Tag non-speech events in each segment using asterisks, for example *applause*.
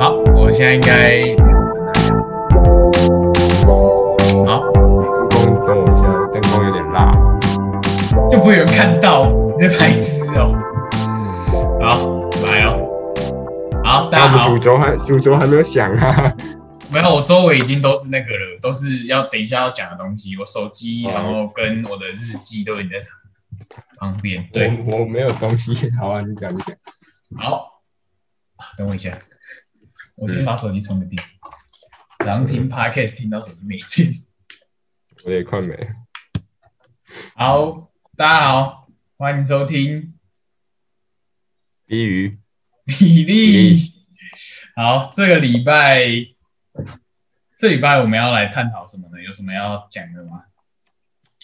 哦现在应该好，灯光，等我一下，灯光有点辣。就不会有人看到你在拍吃哦。好，来哦。好，大家那我们好主。轴还主轴还没有响啊。没有，我周围已经都是那个了，都是要等一下要讲的东西。我手机，哦然后跟我的日记都已经在场旁边。对，我我没有东西。好啊，你讲你讲。好，啊等我一下，我先把手机充个电。早上听 podcast 听到手机没电。我也快没了。好，大家好，欢迎收听低于比例。好，这个礼拜，这礼拜我们要来探讨什么呢？有什么要讲的吗？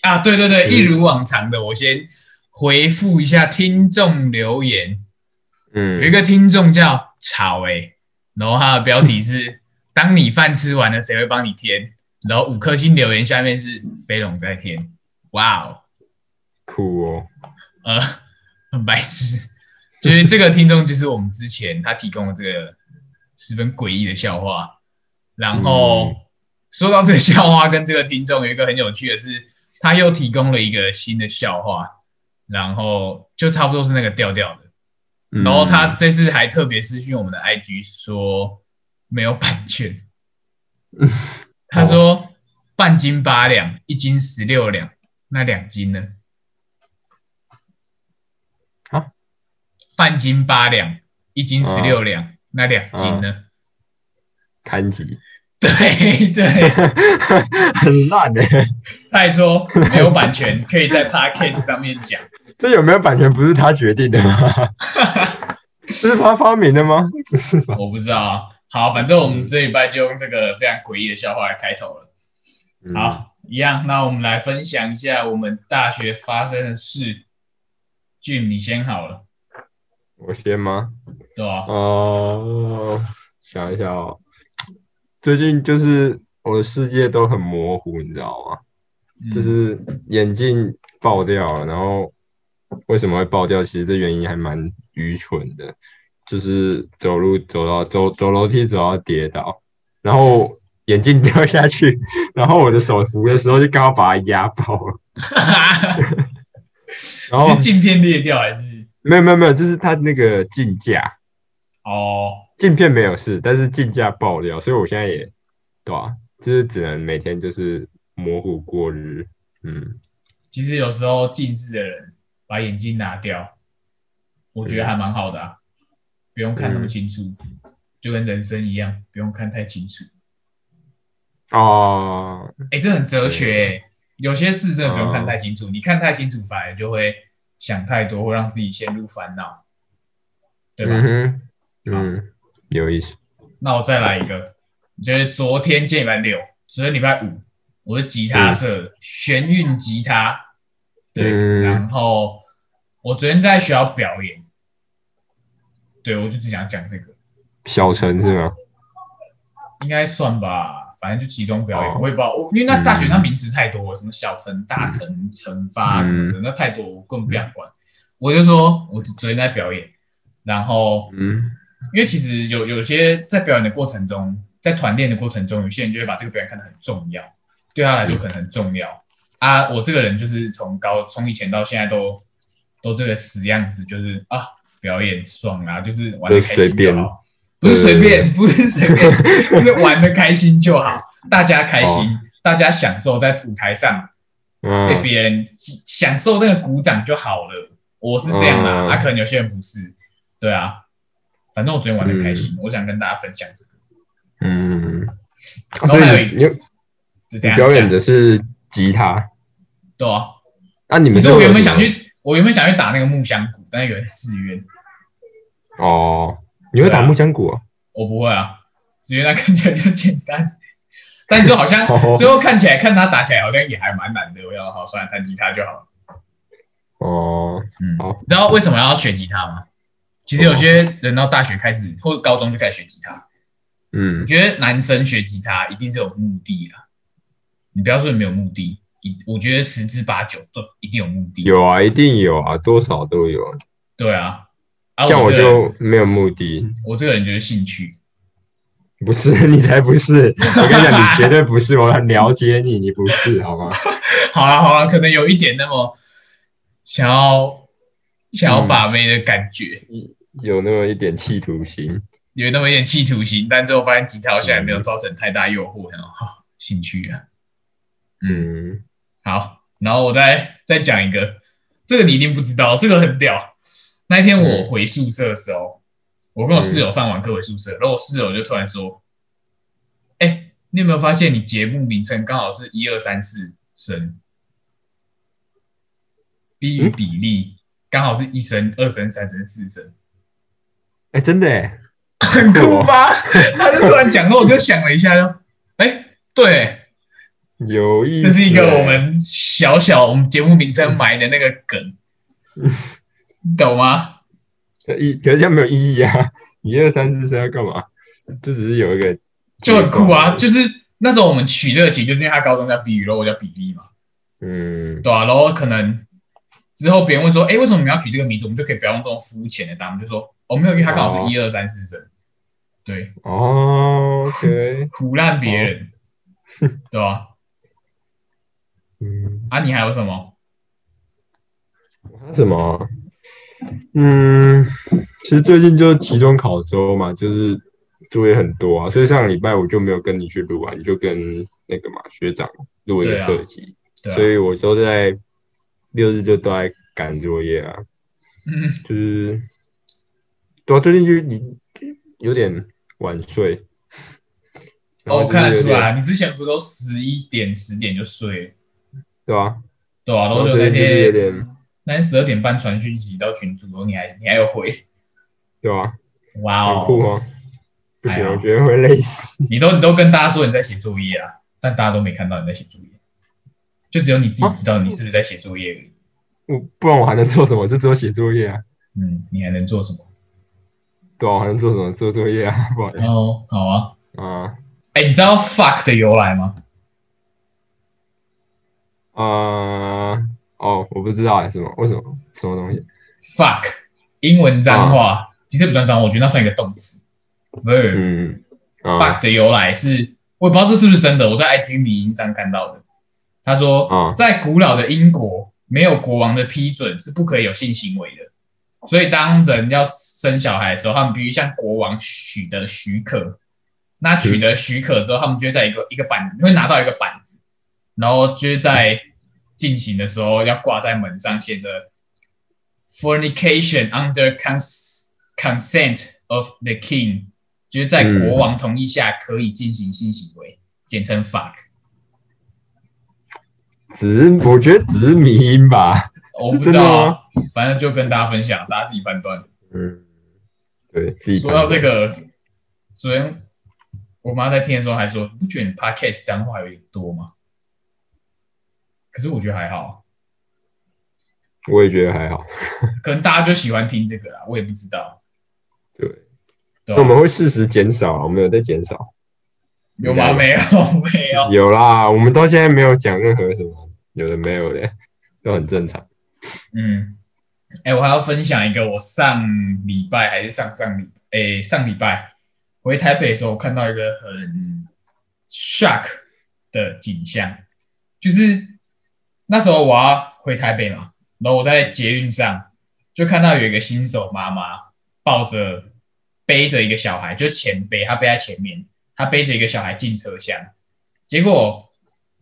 啊，对对对，嗯一如往常的，我先回复一下听众留言。有一嗯，个听众叫草诶、然后他的标题 *laughs* 是“当你饭吃完了，谁会帮你添”，然后五颗星留言下面是“飞龙在天”，哇哦！酷哦。呃， *laughs* 很白痴。就是这个听众，就是我们之前他提供的这个十分诡异的笑话。然后、嗯说到这个笑话，跟这个听众有一个很有趣的是，他又提供了一个新的笑话，然后就差不多是那个调调的。嗯然后他这次还特别私讯我们的 IG 说没有版权， *laughs* 他说哦半斤八两，一斤十六两，那两斤呢？啊？半斤八两，一斤十六啊两，那两斤呢？看集， *laughs* 对对， *laughs* 很烂欸的。他还说没有版权，可以在 Podcast 上面讲。这有没有版权不是他决 *laughs* 定的吗？这是他发明的吗？我不知道啊。好，反正我们这礼拜就用这个非常诡异的笑话来开头了。嗯，好，一样。那我们来分享一下我们大学发生的事。Jim，你先好了，我先吗？对吧、哦，想一下哦，最近就是我的世界都很模糊，你知道吗？嗯就是眼镜爆掉了，然后为什么会爆掉？其实这原因还蛮愚蠢的，就是走路走到走走楼梯走到跌倒，然后眼镜掉下去，然后我的手扶的时候就刚好把它压爆了，然后嗯 *laughs* 是镜片裂掉还是？没有没有没有，就是它那个镜架。哦，镜片没有事，但是镜架爆掉，所以我现在也对啊，就是只能每天就是模糊过日，嗯，其实有时候近视的人把眼镜拿掉，我觉得还蛮好的啊，不用看那么清楚，就跟人生一样，不用看太清楚。哦，哎、这很哲学、欸。有些事真的不用看太清哦楚，你看太清楚反而就会想太多，会让自己陷入烦恼，对吧？嗯哼，嗯，有意思，那我再来一个，就是昨天这礼拜六，昨天礼拜五，我是吉他社、的弦韵吉他，对，嗯然后我昨天在学校表演，对我就只想讲这个，小陈是吗？应该算吧，反正就其中表演，哦我也不知道，我因为那大学嗯那名词太多，什么小成、大成、成发什么的，那太多，我根本不想管。我就说，我昨天在表演，然后嗯因为其实有有些在表演的过程中，在团练的过程中，有些人就会把这个表演看得很重要，对他来说可能很重要、啊。我这个人就是从高从以前到现在都都这个死样子，就是啊表演爽啊，就是玩的开心就好，不就是随随便便，不是随便，是玩的开心就好，大家开心，大家享受在舞台上被嗯，别人喜享受那个鼓掌就好了。我是这样啦，嗯啊，可能有些人不是，对啊。反正我昨天玩的开心，我想跟大家分享这个，嗯，然后所还有以一你就这你样。表演这样的是吉他，对啊，那你其们实我原本想都有去，我原本想去打那个木箱鼓，但是有人自愿，哦，你会打对啊木箱鼓哦？ *laughs* 我不会啊，自愿那看起来比较简单，但就好像哦最后看起来看他打起来好像也还蛮难的。我要好，算了，弹吉他就好了。哦，嗯，好你知道为什么要学吉他吗？其实有些人到大学开始或者高中就开始学吉他，我嗯，觉得男生学吉他一定是有目的啦，你不要说你没有目的，一我觉得十之八九都一定有目的。有啊，一定有啊，多少都有啊，对啊，啊像我我这个人就没有目的，我这个人就是兴趣，不是， *laughs* 你才不是！我跟你 *laughs* 讲，你绝对不是，我很了解你，你不是，好吗？ *laughs* 好了好了，可能有一点那么想要想要把妹的感觉，嗯有那么一点企图心，有那么一点企图心，但最后发现吉他好像也没有造成太大诱惑，然后好兴趣啊。嗯，好，然后我再再讲一个，这个你一定不知道，这个很屌。那一天我回宿舍的时候，我跟我室友上完课回宿舍，然后我室友就突然说：“哎、你有没有发现你节目名称刚好是一二三四声？比与嗯比例刚好是一声、二声、三声、四声，哎、真的哎，很酷吧？”他就突然讲，然后我就想了一下，就：“哎、对，有意 *laughs* 这思哎，是一个我们小小我们节目名称埋的那个梗，嗯你懂吗？这意，可是这样没有意义啊！ *laughs* 一二三四是要干嘛？就只是有一个就很酷啊！结就是那时候我们取这个题，就是因为他高中叫比宇，然后我叫比利嘛，果嗯对啊，然后可能之后别人问说，哎、为什么你们要取这个名字？我们就可以不要用这种肤浅的答案，我们就说哦，没有，因为他刚好哦是一二三四声，对，哦，OK，胡烂别人，*laughs* 哦对吧、嗯，啊？你还有什么？什么？啊嗯，其实最近就是期中考周嘛，就是作业很多啊，所以上个礼拜我就没有跟你去录啊，你就跟那个嘛学长录一对个啊特辑，对啊所，以我都在六日就都在赶作业啊，嗯，就是对啊，最近就是你有点晚睡，*laughs* 然哦，后我就是看得出有点来，你之前不都十一点、十点就睡了，对啊，对啊，然然后后就那最近就是有点天。那天十二点半传讯息到群组，然后你还你还有回，对吧、哇很酷哦！哦，不哎行，呀我觉得会累死。你都你都跟大家说你在写作业啊，但大家都没看到你在写作业，就只有你自己知道你是不是在写作业而已。我不然我还能做什么？就只有写作业啊，嗯，你还能做什么？对啊，我还能做什么？做作业啊，不然哦，好啊。啊哎、你知道 fuck 的由来吗？啊、哦，我不知道哎，什么？为什么？什么东西？ fuck 英文脏话，啊其实不算脏话，我觉得那算一个动词 verb、嗯啊 fuck 的由来是，我也不知道这是不是真的，我在 IG 迷音上看到的。他说，嗯在古老的英国，没有国王的批准是不可以有性行为的，所以当人要生小孩的时候，他们必须向国王取得许可。那取得许可之后，他们就会在一个一个板，会拿到一个板子，然后就是在进行的时候要挂在门上，写着 “fornication under cons consent of the king”，就是在嗯国王同意下可以进行性行为，简称 “fuck”。只是我觉得只是迷音吧。我不知道啊，反正就跟大家分享，大家自己判断。嗯，对自己说到判这，断个，昨天我妈在听的时候还说，你不觉得你 podcast 脏话有点多吗？可是我觉得还好，我也觉得还好。可能大家就喜欢听这个啦，我也不知道，对，对那我吧？们会适时减少啊，我们有在减少。有吗？没有，没有。有啦，我们到现在没有讲任何什么有的没有的，都很正常。嗯，哎、我还要分享一个，我上礼拜还是上上礼，哎、上礼拜回台北的时候，我看到一个很 shock 的景象，就是那时候我要回台北嘛，然后我在捷运上就看到有一个新手妈妈抱着背着一个小孩，就是前背，她背在前面，她背着一个小孩进车厢，结果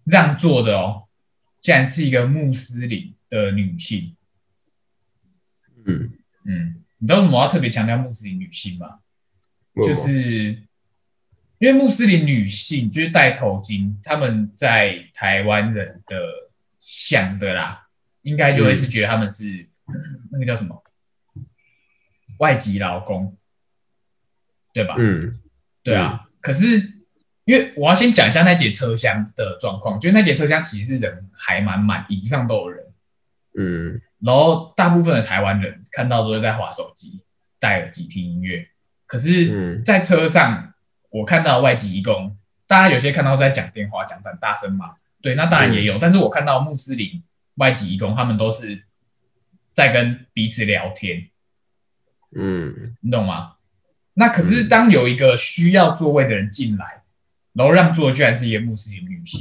让座的哦，竟然是一个穆斯林的女性。嗯，嗯，你知道为什么我要特别强调穆斯林女性吗？为什就么是因为穆斯林女性就是戴头巾，他们在台湾人的想的啦，应该就会是觉得他们是、 *clears throat* 那个叫什么外籍劳工，对吧？嗯。对啊，可是因为我要先讲一下那节车厢的状况，就是那节车厢其实人还蛮满，椅子上都有人，嗯然后大部分的台湾人看到都是在划手机、戴耳机听音乐。可是，嗯在车上我看到外籍义工，大家有些看到在讲电话，讲得很大声嘛，对，那当然也有。但是我看到穆斯林外籍义工，他们都是在跟彼此聊天，嗯你懂吗？那可是当有一个需要座位的人进来，然后让座居然是耶幕斯女性，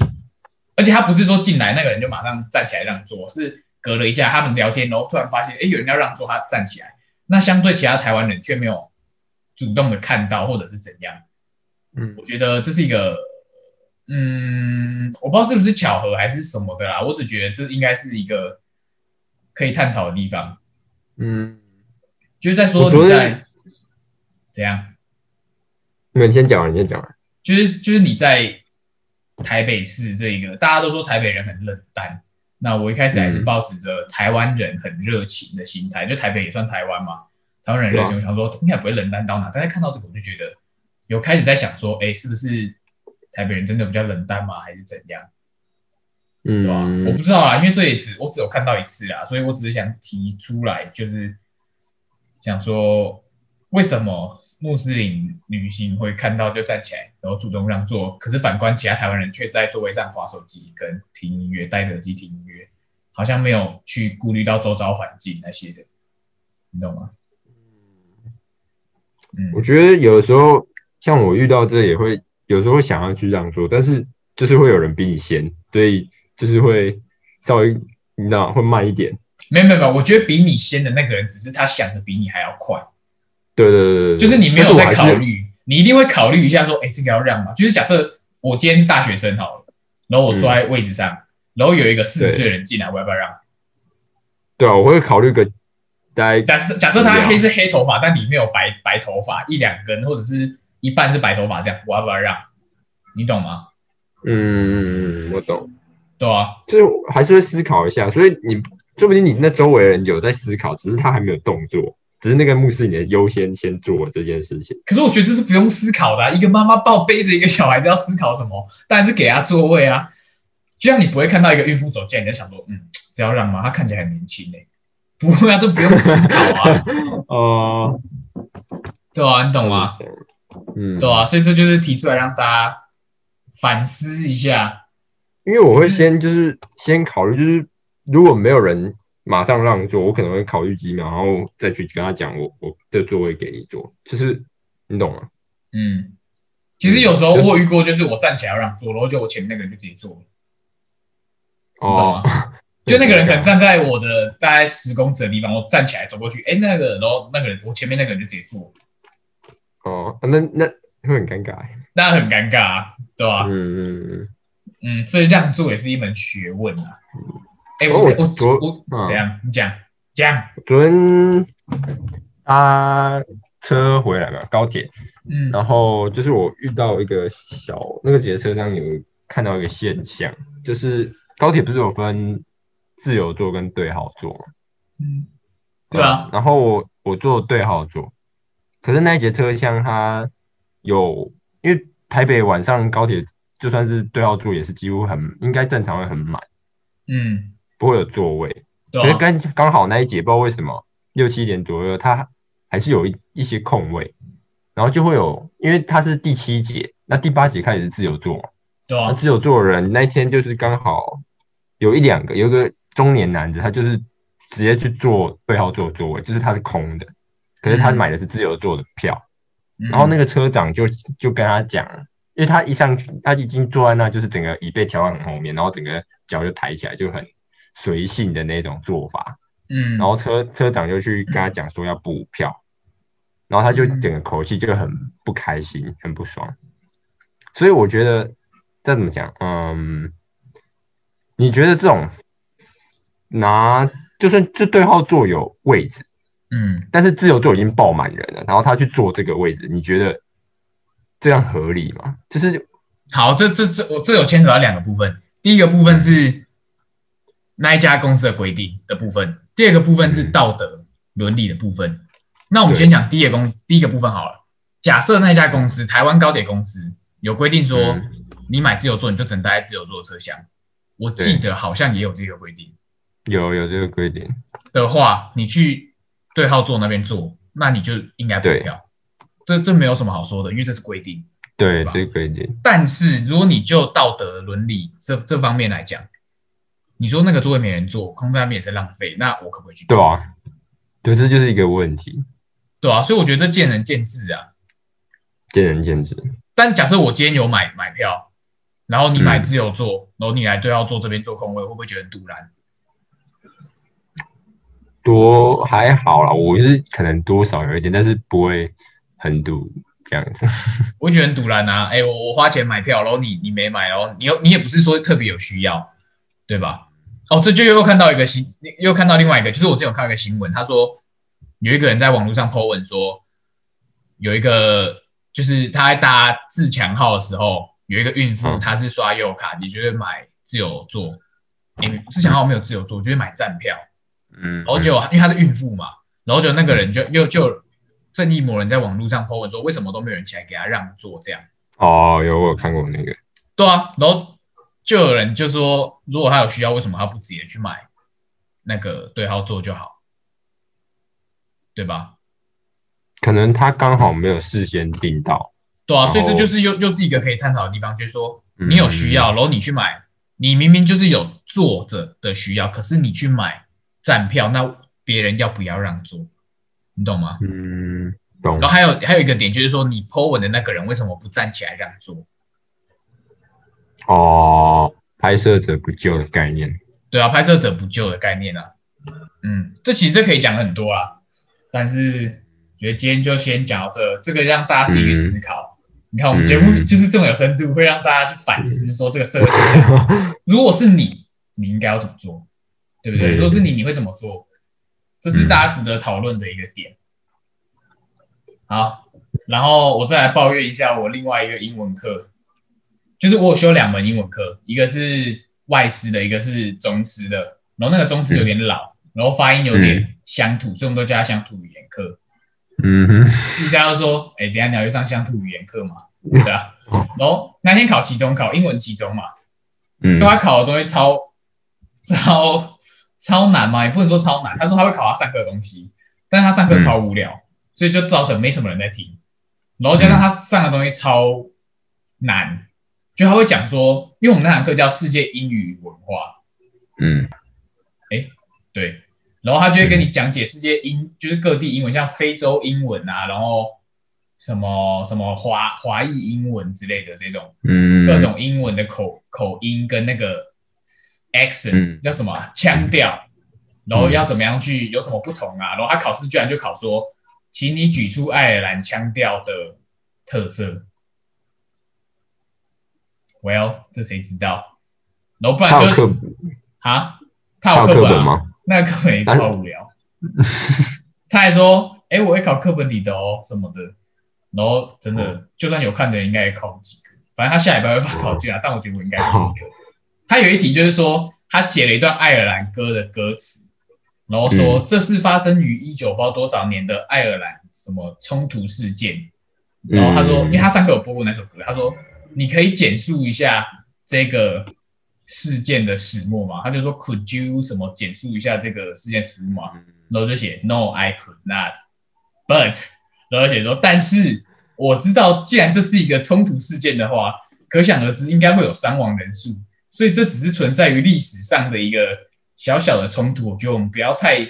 而且他不是说进来那个人就马上站起来让座，是隔了一下他们聊天，然后突然发现哎有人要让座，他站起来。那相对其他台湾人却没有主动的看到或者是怎样，嗯我觉得这是一个嗯，我不知道是不是巧合还是什么的啦，我只觉得这应该是一个可以探讨的地方，嗯，就是在我说昨你天在怎样。你们先讲完，你先讲完。就是就是你在台北市这一个，大家都说台北人很冷淡，那我一开始还是嗯抱持着台湾人很热情的心态，就台北也算台湾嘛，台湾人很热情，我想说应该不会冷淡到哪，但是看到这个我就觉得有开始在想说，哎、是不是台北人真的比较冷淡吗，还是怎样？对吧？我嗯不知道啦，因为这也只我只有看到一次啦，所以我只是想提出来，就是想说为什么穆斯林女性会看到就站起来，然后主动让座，可是反观其他台湾人却在座位上划手机跟听音乐，戴着耳机听音乐，好像没有去顾虑到周遭环境那些的，你懂吗？嗯我觉得有时候像我遇到这也会，有时候会想要去让座，但是就是会有人比你先，所以就是会稍微你知道会慢一点。没有没有没有，我觉得比你先的那个人，只是他想的比你还要快。对对对对，对就是你没有在考，但是虑，你一定会考虑一下说，哎、这个要让吗？就是假设我今天是大学生好了，然后我坐在位置上，然后有一个四十岁的人进来，我要不要让？我还是对啊，我会考虑个大概假设假设他对啊黑是黑头发，但里面有白白头发一两根，或者是一半是白头发这样，我要不要让？你懂吗？嗯，我懂，对啊，就是还是会思考一下。所以你说不定你那周围人有在思考，只是他还没有动作，只是那个牧师你的优先先做了这件事情。可是我觉得这是不用思考的、啊，一个妈妈抱背着一个小孩子要思考什么？当然是给他座位啊。就像你不会看到一个孕妇走进来，你就想说，嗯，只要让吗？她看起来很年轻呢、欸不会啊，这不用思考啊，哦，对啊，你懂吗？？嗯，对啊，所以这就是提出来让大家反思一下。因为我会先就是先考虑，就是如果没有人马上让座，我可能会考虑几秒，然后再去跟他讲我我这座位给你坐，就是你懂吗？嗯，其实有时候我有遇过，就是我站起来要让座，然后就我前面那个人就直接坐了，你懂啊吗哦，？就那个人可能站在我的大概十公尺的地方，我站起来走过去，哎、那个，然后那个人我前面那个人就直接坐了，哦，那那会很尴尬欸。那很尴尬、啊，对吧、嗯嗯嗯，所以让座也是一门学问啊。哎、我哦我昨我嗯怎样？你讲讲，嗯，昨天搭车回来嘛，高铁，嗯然后就是我遇到一个小那个节车上有看到一个现象，就是高铁不是有分自由座跟对号座吗？嗯，对啊嗯，然后我我坐对号座，可是那一节车厢它有，因为台北晚上高铁就算是对号座也是几乎很应该正常会很满，嗯，不会有座位。对可是啊，刚刚好那一节不知道为什么六七点左右它还是有一一些空位，然后就会有，因为它是第七节，那第八节开始是自由座嘛，对那啊，自由座的人那一天就是刚好有一两个，有一个中年男子，他就是直接去坐对号座的座位，就是他是空的，可是他嗯买的是自由座的票，嗯然后那个车长就就跟他讲，因为他一上去，他已经坐在那，就是整个椅背调到很后面，然后整个脚就抬起来，就很随性的那种做法，嗯，然后车车长就去跟他讲说要补票，然后他就嗯整个口气就很不开心，很不爽。所以我觉得这怎么讲？嗯，你觉得这种拿就算就对号座有位置，嗯。但是自由座已经爆满人了，然后他去坐这个位置，你觉得这样合理吗？就是好，这这这我这有牵扯到两个部分，第一个部分是那一家公司的规定的部分，第二个部分是嗯道德伦理的部分。那我们对先讲第一个公第一个部分好了。假设那一家公司，台湾高铁公司有规定说，嗯你买自由座你就只能待在自由座车厢，我记得好像也有这个规定有有这个规定，的话，你去对号座那边坐，那你就应该补对票。这这没有什么好说的，因为这是规定。对对吧这个规定，但是如果你就道德伦理这这方面来讲，你说那个座位没人坐，空在那边也是浪费，那我可不可以去对啊坐？吧、对，这就是一个问题。对啊，所以我觉得这见仁见智啊。见仁见智。但假设我今天有买买票，然后你买嗯自由座，然后你来对号座这边做空位，会不会觉得很堵然？多还好啦，我是可能多少有一点，但是不会很堵这样子。我会觉得很堵然啊！哎、我我花钱买票，然后你你没买，然后你又你也不是说特别有需要，对吧？哦，这就又看到一个新，又看到另外一个，就是我之前有看到一个新闻，他说有一个人在网络上 po 文说，有一个就是他在搭自强号的时候，有一个孕妇嗯她是刷悠游卡，你就会买自由座，你、自强号没有自由座，就会买站票，嗯，然后就因为她是孕妇嘛，然后就那个人就又就正义魔人在网络上 po 文说，为什么都没有人起来给他让座这样？哦，有我有看过那个，对啊，然后就有人就说，如果他有需要，为什么他不直接去买那个对号座就好，对吧？可能他刚好没有事先订到。对啊，然后所以这就是又又是一个可以探讨的地方，就是说嗯你有需要，然后你去买，你明明就是有坐着的需要，可是你去买站票，那别人要不要让座，你懂吗？嗯，懂然后。还有还有一个点就是说，你 Po 文的那个人为什么不站起来让座？哦，拍摄者不救的概念。对啊，拍摄者不救的概念啊。嗯，这其实这可以讲很多啦，但是觉得今天就先讲到这，这个让大家自己去思考。你看我们节目嗯就是这么有深度，会让大家去反思说这个社会现象， *laughs* 如果是你，你应该要怎么做，对不对？嗯如果是你，你会怎么做？这是大家值得讨论的一个点。嗯好，然后我再来抱怨一下我另外一个英文课，就是我有修两门英文课，一个是外师的，一个是中师的。然后那个中师有点老，然后发音有点乡土，所以我们都叫他乡土语言课。嗯哼，瑜伽就说：“哎、等一下你要去上乡土语言课嘛？”对啊。然后那天考期中考，英文期中嘛，嗯他考的东西超超超难嘛，也不能说超难。他说他会考他上课的东西，但是他上课超无聊，所以就造成没什么人在听。然后加上他上的东西超难，就他会讲说，因为我们那堂课叫世界英语文化，嗯对，然后他就会跟你讲解世界英，就是各地英文，像非洲英文啊，然后什么什么华华裔英文之类的这种。嗯，各种英文的口口音跟那个 accent、嗯叫什么啊、腔调，然后要怎么样去有什么不同嗯啊？然后他考试居然就考说，请你举出爱尔兰腔调的特色。Well，这谁知道？然后不然他有就课啊，他他有有课课本本啊，吗？那个课本也超无聊。他还说：“哎、我会考课本里的哦，什么的。”然后真的，就算有看的人，应该也考不及格。反正他下礼拜会发考卷啊，但我觉得我应该不及格。他有一题就是说，他写了一段爱尔兰歌的歌词，然后说、这是发生于一九包多少年的爱尔兰什么冲突事件。然后他说，因为他上课有播过那首歌，他说你可以简述一下这个事件的始末吗？他就说 Could you 什么简述一下这个事件始末吗？然后就写 No, I could not, but，然后写说，但是我知道，既然这是一个冲突事件的话，可想而知应该会有伤亡人数，所以这只是存在于历史上的一个小小的冲突。我觉得我们不要太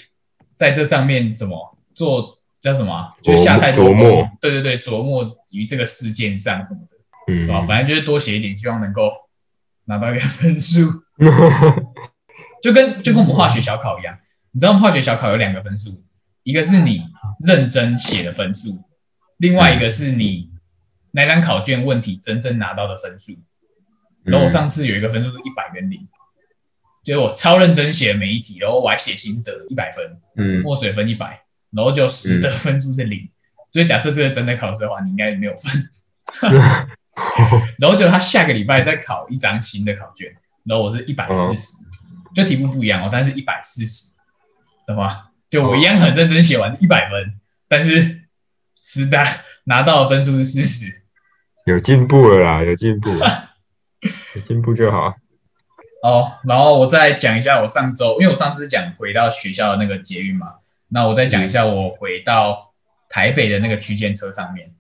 在这上面怎么做叫什么啊，就是下太多琢磨琢磨，对对对，琢磨于这个事件上什么的，嗯对吧？啊 *laughs* 反正就是多写一点，希望能够拿到一个分数。嗯就跟就跟我们化学小考一样，你知道我们化学小考有两个分数，一个是你认真写的分数，另外一个是你那张考卷问题真正拿到的分数。然后我上次有一个分数是一百跟零，就是我超认真写每一题，然后我还写心得一百分，嗯墨水分一百，然后就实的分数是零。所以假设这个真的考试的话，你应该没有分。然后就他下个礼拜再考一张新的考卷，然后我是一百四十，就题目不一样哦，但是一百四十，懂吗？就我一样很认真写完一百分，但是实答拿到的分数是四十。有进步了啦，有进 *laughs* 步，有进步就好。哦，然后我再讲一下我上周，因为我上次讲回到学校的那个捷运嘛，那我再讲一下我回到台北的那个区间车上面。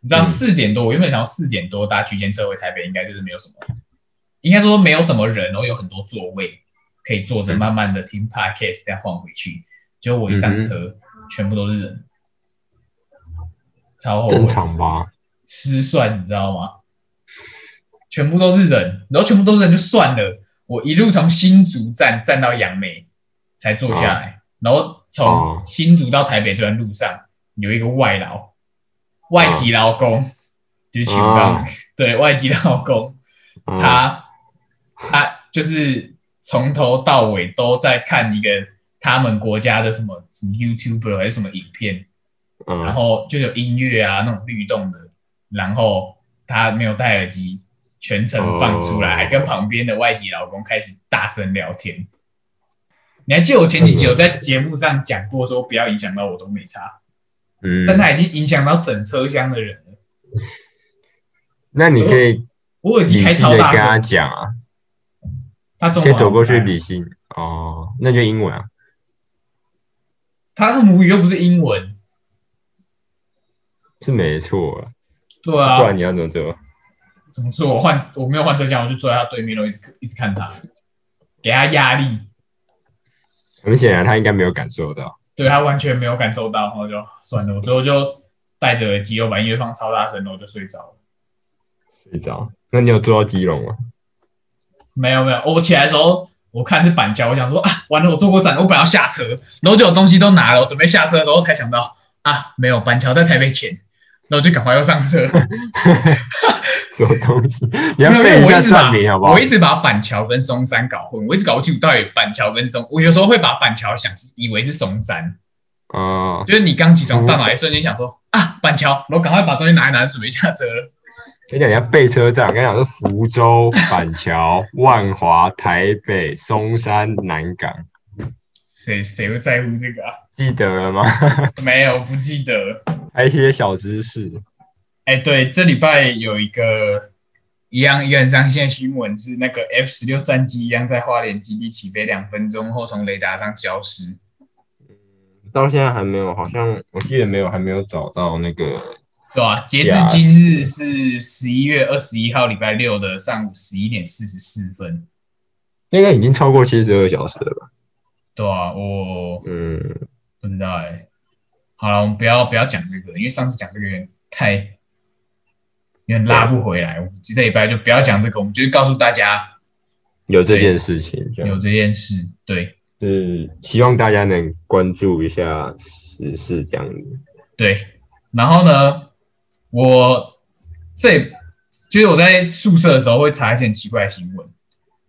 你知道嗯四点多，我原本想要四点多搭区间车回台北，应该就是没有什么，应该说没有什么人，然后有很多座位可以坐着嗯嗯慢慢的听 podcast 再晃回去。结果我一上车，全部都是人，超后正悔。常吧？失算，你知道吗？全部都是人，然后全部都是人就算了，我一路从新竹站站到杨梅才坐下来，然后哦从新竹到台北这段路上有一个外劳，外籍劳工，就是请哦刚，对外籍劳工，嗯他他就是从头到尾都在看一个他们国家的什么什么 YouTuber 还是什么影片，然嗯后就有音乐啊那种律动的，然后他没有戴耳机，全程放出来，哦还跟旁边的外籍老公开始大声聊天。你还记得我前几集有在节目上讲过，说不要影响到我都没差，嗯，但他已经影响到整车厢的人了。那你可以我耳机理开性超的大跟他声，哎讲啊，他中可以文走过好去像不太理性哦，那就英文啊，他的母语又不是英文，是没错啊，对啊，不然你要怎么做？怎么做？我换我没有换车厢，我就坐在他对面，然后一直一直看他，给他压力，很显然他应该没有感受到，对他完全没有感受到，然后就算了，我最后就戴着耳机，我把音乐放超大声，然后我就睡着了。睡着。那你有坐到基隆吗？ *laughs* 没有没有，我起来的时候我看是板桥，我想说啊，完了，我坐过站，我本来要下车，然后就有东西都拿了，我准备下车的时候才想到啊，没有板桥在台北前，然后就赶快又上车。什么东西？没你要有，因背为一我下一直把算命好不好我一？直把板桥跟松山搞混，我一直搞不清楚到底板桥跟松，我有时候会把板桥想以为是松山，啊，就是你刚起床大脑一瞬间想说啊板桥，然后赶快把东西拿一拿，准备下车了。跟你讲，你要背车站，我跟你讲是福州、板桥、万华、台北、松山、南港，谁谁会在乎这个啊？ *laughs* 记得了吗？ *laughs* 没有，不记得。还有一些小知识，哎，对，这礼拜有一个一样一个很伤心的新闻是那个 F 十六战机一样在花莲基地起飞两分钟后从雷达上消失。到现在还没有，好像我记得没有，还没有找到那个对啊，截至 Yeah. 今日是十一月二十一号礼拜六的上午十一点四十四分。那个已经超过七十二小时了吧？对啊，我嗯，不知道哎、好了，我们不要不要讲这个，因为上次讲这个有点太有点拉不回来。我们这礼拜就不要讲这个，我们就是告诉大家有这件事情，这有样这件事。对是希望大家能关注一下时事这样子。对，然后呢，我这就是我在宿舍的时候会查一些很奇怪的新闻，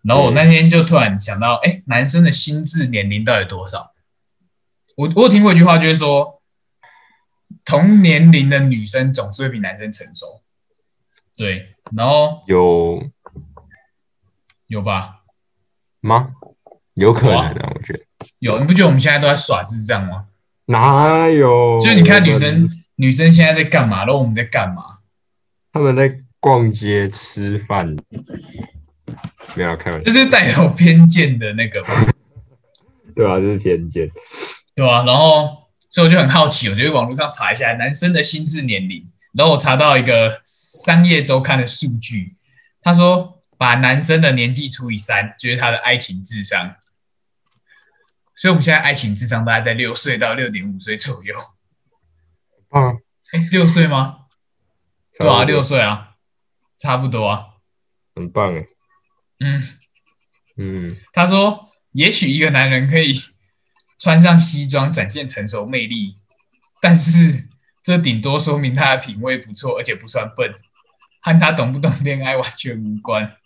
然后我那天就突然想到，哎、男生的心智年龄到底多少？我我有听过一句话，就是说，同年龄的女生总是会比男生成熟。对，然后有有吧？吗？有可能啊，我觉得有，你不觉得我们现在都在耍智障吗？哪哦有？就是你看女生，女生现在在干嘛，然后我们在干嘛？他们在逛街、吃饭，没有开玩这笑，是带有偏见的那个吧对啊，这是偏见。对啊，然后所以我就很好奇，我就去网络上查一下男生的心智年龄，然后我查到一个商业周刊的数据，他说把男生的年纪除以三，就是他的爱情智商。所以我们现在爱情智商大概在六岁到六点五岁左右，啊，哎，六岁吗？对啊，差不多六岁啊，差不多啊。很棒哎，嗯，嗯，他说，也许一个男人可以穿上西装展现成熟魅力，但是这顶多说明他的品味不错，而且不算笨，和他懂不懂恋爱完全无关。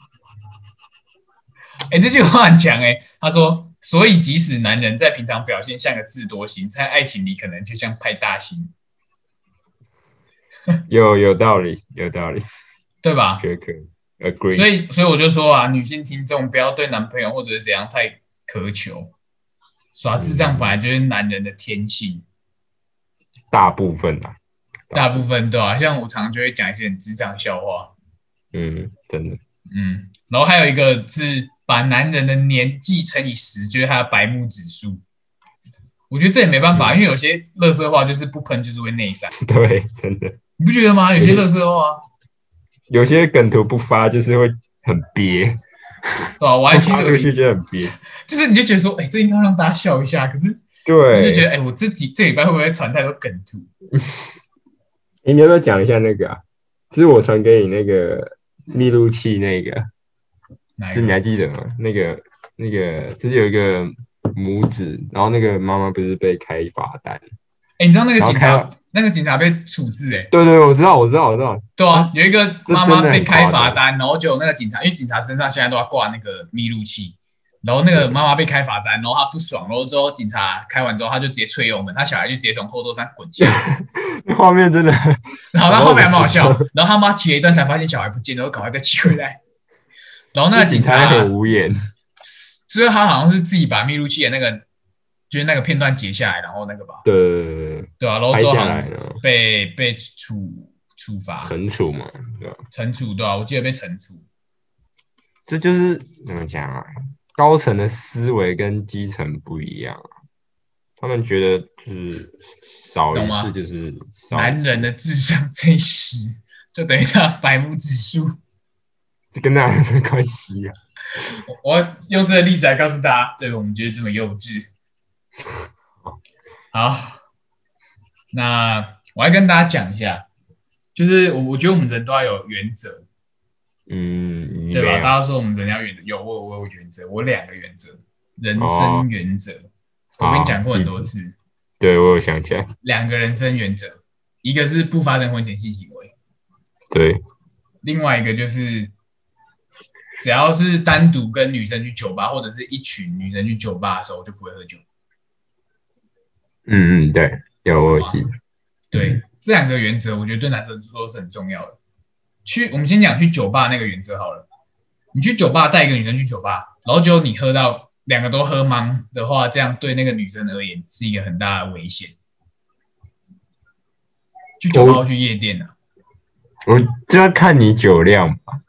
*laughs* 哎、这句话很强哎、他说，所以即使男人在平常表现像个智多星，在爱情里可能却像派大星，有有道理，有道理，对吧？觉得可以，agree。所以，所以我就说啊，女性听众不要对男朋友或者是怎样太苛求，耍智障本来就是男人的天性。大部分啊，大部分对啊，像我常常就会讲一些很智障笑话，嗯，真的， *laughs* 嗯，然后还有一个是把男人的年纪乘以十，就是他的白目指数。我觉得这也没办嗯法，因为有些乐色话就是不喷就是会内伤，对，真的，你不觉得吗？有些乐色话，有些梗图不发就是会很憋，对吧、我不还去发出去 *laughs* 就很憋，就是你就觉得说，哎、这应该让大家笑一下，可是你就觉 *laughs* 对。得，哎、我自己这礼拜会不会传太多梗图？诶你要不要讲一下那个啊？就是我传给你那个密录器那个，哪一这你个？还记得吗？那个那个，就是有一个母子，然后那个妈妈不是被开罚单？哎、你知道那个警然后察，那个警察被处置哎、对对，我知道，我知道，我知道。 *laughs* 对啊，有一个妈妈被开罚这真的单，然后就有那个警察，因为警察身上现在都要挂那个密录器，然后那嗯个妈妈被开罚单，然后她不爽，然后之后警察开完之后，她就直接催油门，她小孩就直接从后座上滚下 *laughs* 来，那画面真的，然后她后面还蛮好笑好，然后她妈骑了一段才发现小孩不见了，然后赶快再骑回来，然后那那个警警察啊察很无言。最后他好像是自己把密录器的那个就是那个片段截下来，然后那个吧，对对对对，对啊，然后拍之后下好来像呢，被被处处罚惩处嘛，对吧？惩处对啊，我记得被惩处。这就是怎么讲啊？高层的思维跟基层不一样啊，他们觉得就是少懂一吗事就是少一男人的智商最十，就等于他百慕指数。 *laughs* 事 *laughs* 跟那有什么关系啊？我我要用这个例子来告诉大家，对我们觉得这么幼稚。 *laughs* 好，那我来跟大家讲一下，就是我我觉得我们人都要有原则，嗯，对没吧？有大家说我们人要原则，有我我有原则，我两个原则，人哦生原则，我跟你讲过很多次，对我有想起来，两个人生原则，一个是不发生婚前性行为，对，另外一个就是，只要是单独跟女生去酒吧，或者是一群女生去酒吧的时候，我就不会喝酒。嗯嗯，对，有我有记得，对，这两个原则，我觉得对男生都是很重要的。去，我们先讲去酒吧那个原则好了。你去酒吧带一个女生去酒吧，然后结果你喝到两个都喝懵的话，这样对那个女生而言是一个很大的危险。去酒吧或去夜店啊，我就要看你酒量吧。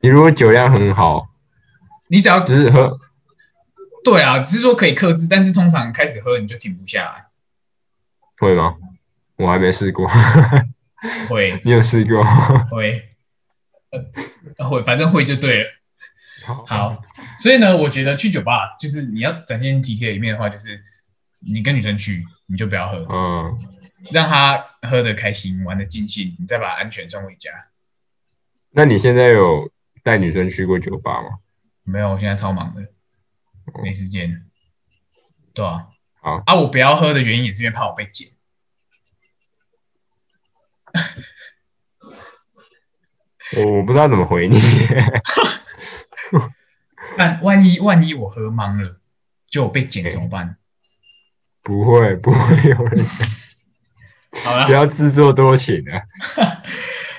你如果酒量很好，你只要只是喝，对啊，只是说可以克制，但是通常开始喝你就停不下来。会吗？我还没试过， *laughs* 会，你有试过？会，呃，会，反正会就对了。 *laughs* 好，所以呢，我觉得去酒吧就是你要展现体贴的一面的话，就是你跟女生去，你就不要喝，嗯，让她喝的开心，玩的尽兴，你再把安全送回家。那你现在有带女生去过酒吧吗？没有，我现在超忙的，没时间。对啊，好啊，我不要喝的原因也是因为怕我被剪。我我不知道怎么回你。但万一万一我喝懵了，就我被剪怎么办？不会，不会有人，好了不，要自作多情啊！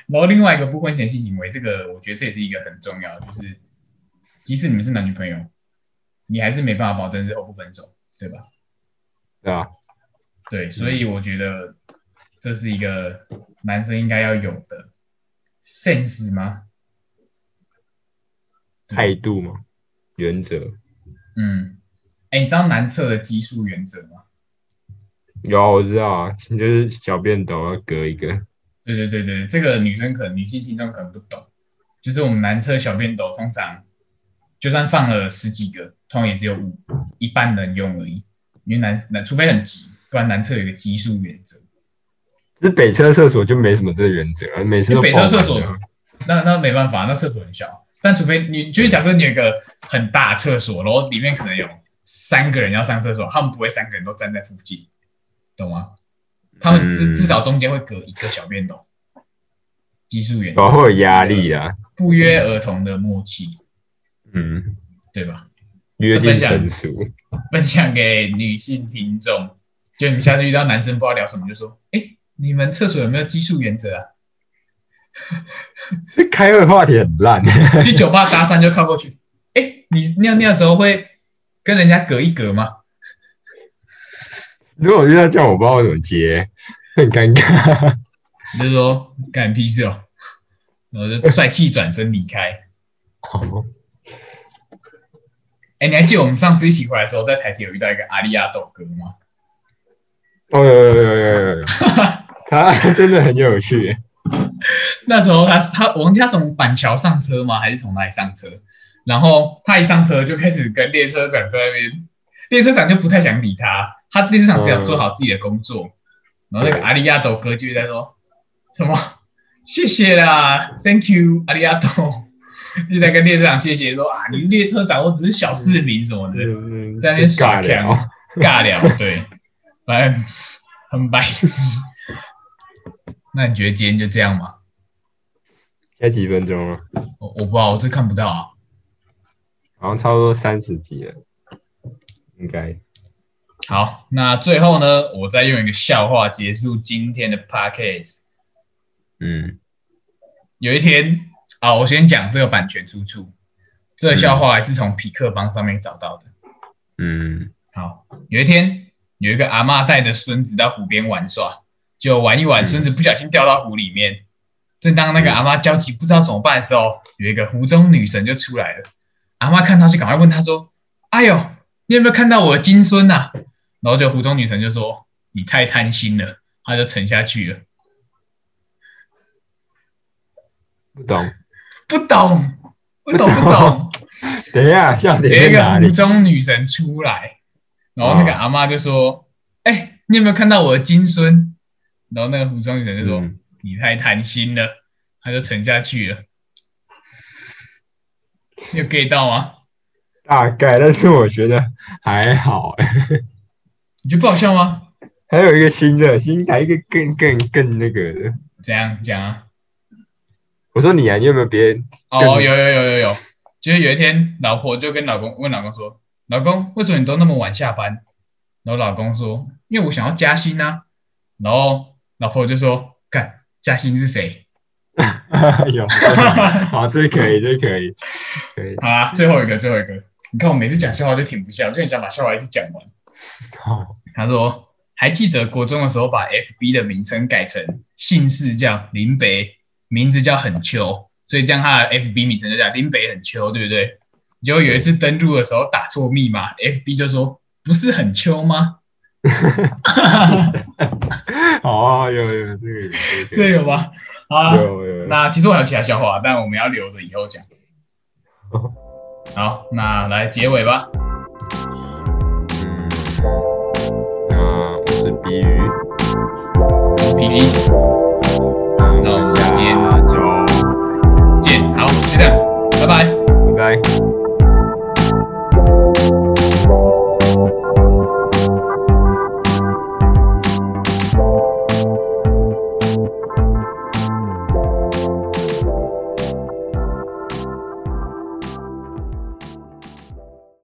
然后另外一个不婚前性行为，这个我觉得这也是一个很重要的，就是即使你们是男女朋友，你还是没办法保证日后不分手，对吧？对吧？对，所以我觉得这是一个男生应该要有的 sense 吗？对态度嘛，原则嗯，哎，你知道男厕的基数原则吗？有啊，我知道啊，就是小便斗要隔一个，对对对对，这个女生可能女性听众可能不懂，就是我们男厕小便斗通常就算放了十几个，通常也只有五一半能用而已，因为男男除非很急，不然男厕有一个基数原则。这北车厕所就没什么这个原则啊，每次因都为北爆车满厕所啊那那没办法，那厕所很小，但除非你就是假设你有一个很大的厕所，然后里面可能有三个人要上厕所，他们不会三个人都站在附近，懂吗？他们至、嗯至少中间会隔一个小便斗，基数原则，哦，会有压力啊，不约而同的默契，嗯，对吧？约定成熟，分享给女性听众，就你们下次遇到男生不知道聊什么，就说：“哎、你们厕所有没有基数原则啊？”这开会话题很烂， *laughs* 去酒吧搭讪就靠过去，哎、你尿尿的时候会跟人家隔一隔吗？如果我遇到这样，我不知道我怎么接，很尴尬。你就说干屁事哦，然后就帅气转身离开。好哎、你还记得我们上次一起回来的时候，在台铁有遇到一个阿利亚斗哥吗？哦，有有有有有 *laughs* 有有，他真的很有趣，那时候他他我忘记他从板桥上车吗？还是从哪里上车？然后他一上车就开始跟列车长在那边，列车长就不太想理他，他列车长只想做好自己的工作。然后那个阿利亚斗哥就在说什么谢谢啦，Thank you，阿里阿多。一直在跟列车长谢谢说啊，你是列车长，我只是小市民什么的，嗯在那边耍尬强聊，尬聊，对， *laughs* 反正很白痴。那你觉得今天就这样吗？现在几分钟了？我我不知道，我这看不到啊。好像差不多三十集了，应该。好，那最后呢，我再用一个笑话结束今天的 podcast。嗯，有一天啊，我先讲这个版权出处，这个笑话还是从匹克邦上面找到的。嗯，好，有一天有一个阿嬷带着孙子到湖边玩耍，就玩一玩，嗯孙子不小心掉到湖里面。正当那个阿嬷焦急不知道怎么办的时候，有一个湖中女神就出来了。阿嬷看到就赶快问她说：“哎呦，你有没有看到我的金孙呐、然后就湖中女神就说：“你太贪心了。”她就沉下去了。不懂。不懂，不懂，不懂。等一下，笑点有一在个哪里湖？中女神出来，然后那个啊阿嬷就说：“哎、你有没有看到我的金孙？”然后那个湖中女神就说：“嗯你太贪心了。”她就沉下去了。你有 get 到吗？大概，但是我觉得还好、欸。你觉得不好笑吗？还有一个新的，新来一个更更更那个的。怎样讲啊？我说你啊，你有没有别人？哦，有更有有有有，就是有一天，老婆就跟老公问老公说：“老公，为什么你都那么晚下班？”然后老公说：“因为我想要加薪啊。”然后老婆就说：“干，加薪是谁？” *laughs* *laughs* 有，好，哦这可以，这可以，可以。好啦，最后一个，最后一个，你看我每次讲笑话就停不下，我就很想把笑话一直讲完。好，他说，还记得国中的时候把 FB 的名称改成姓氏叫林北，名字叫很秋，所以这样他的 FB 名称就叫林北很秋，对不对？结果有一次登录的时候打错密码，FB 就说不是很秋吗？好啊，有有这个有，这这个有吧？好啦有有有有。那其实我还有其他笑话，但我们要留着以后讲。哦好，那来结尾吧。嗯，那我是比鱼，我 P 那那我我们们见下周。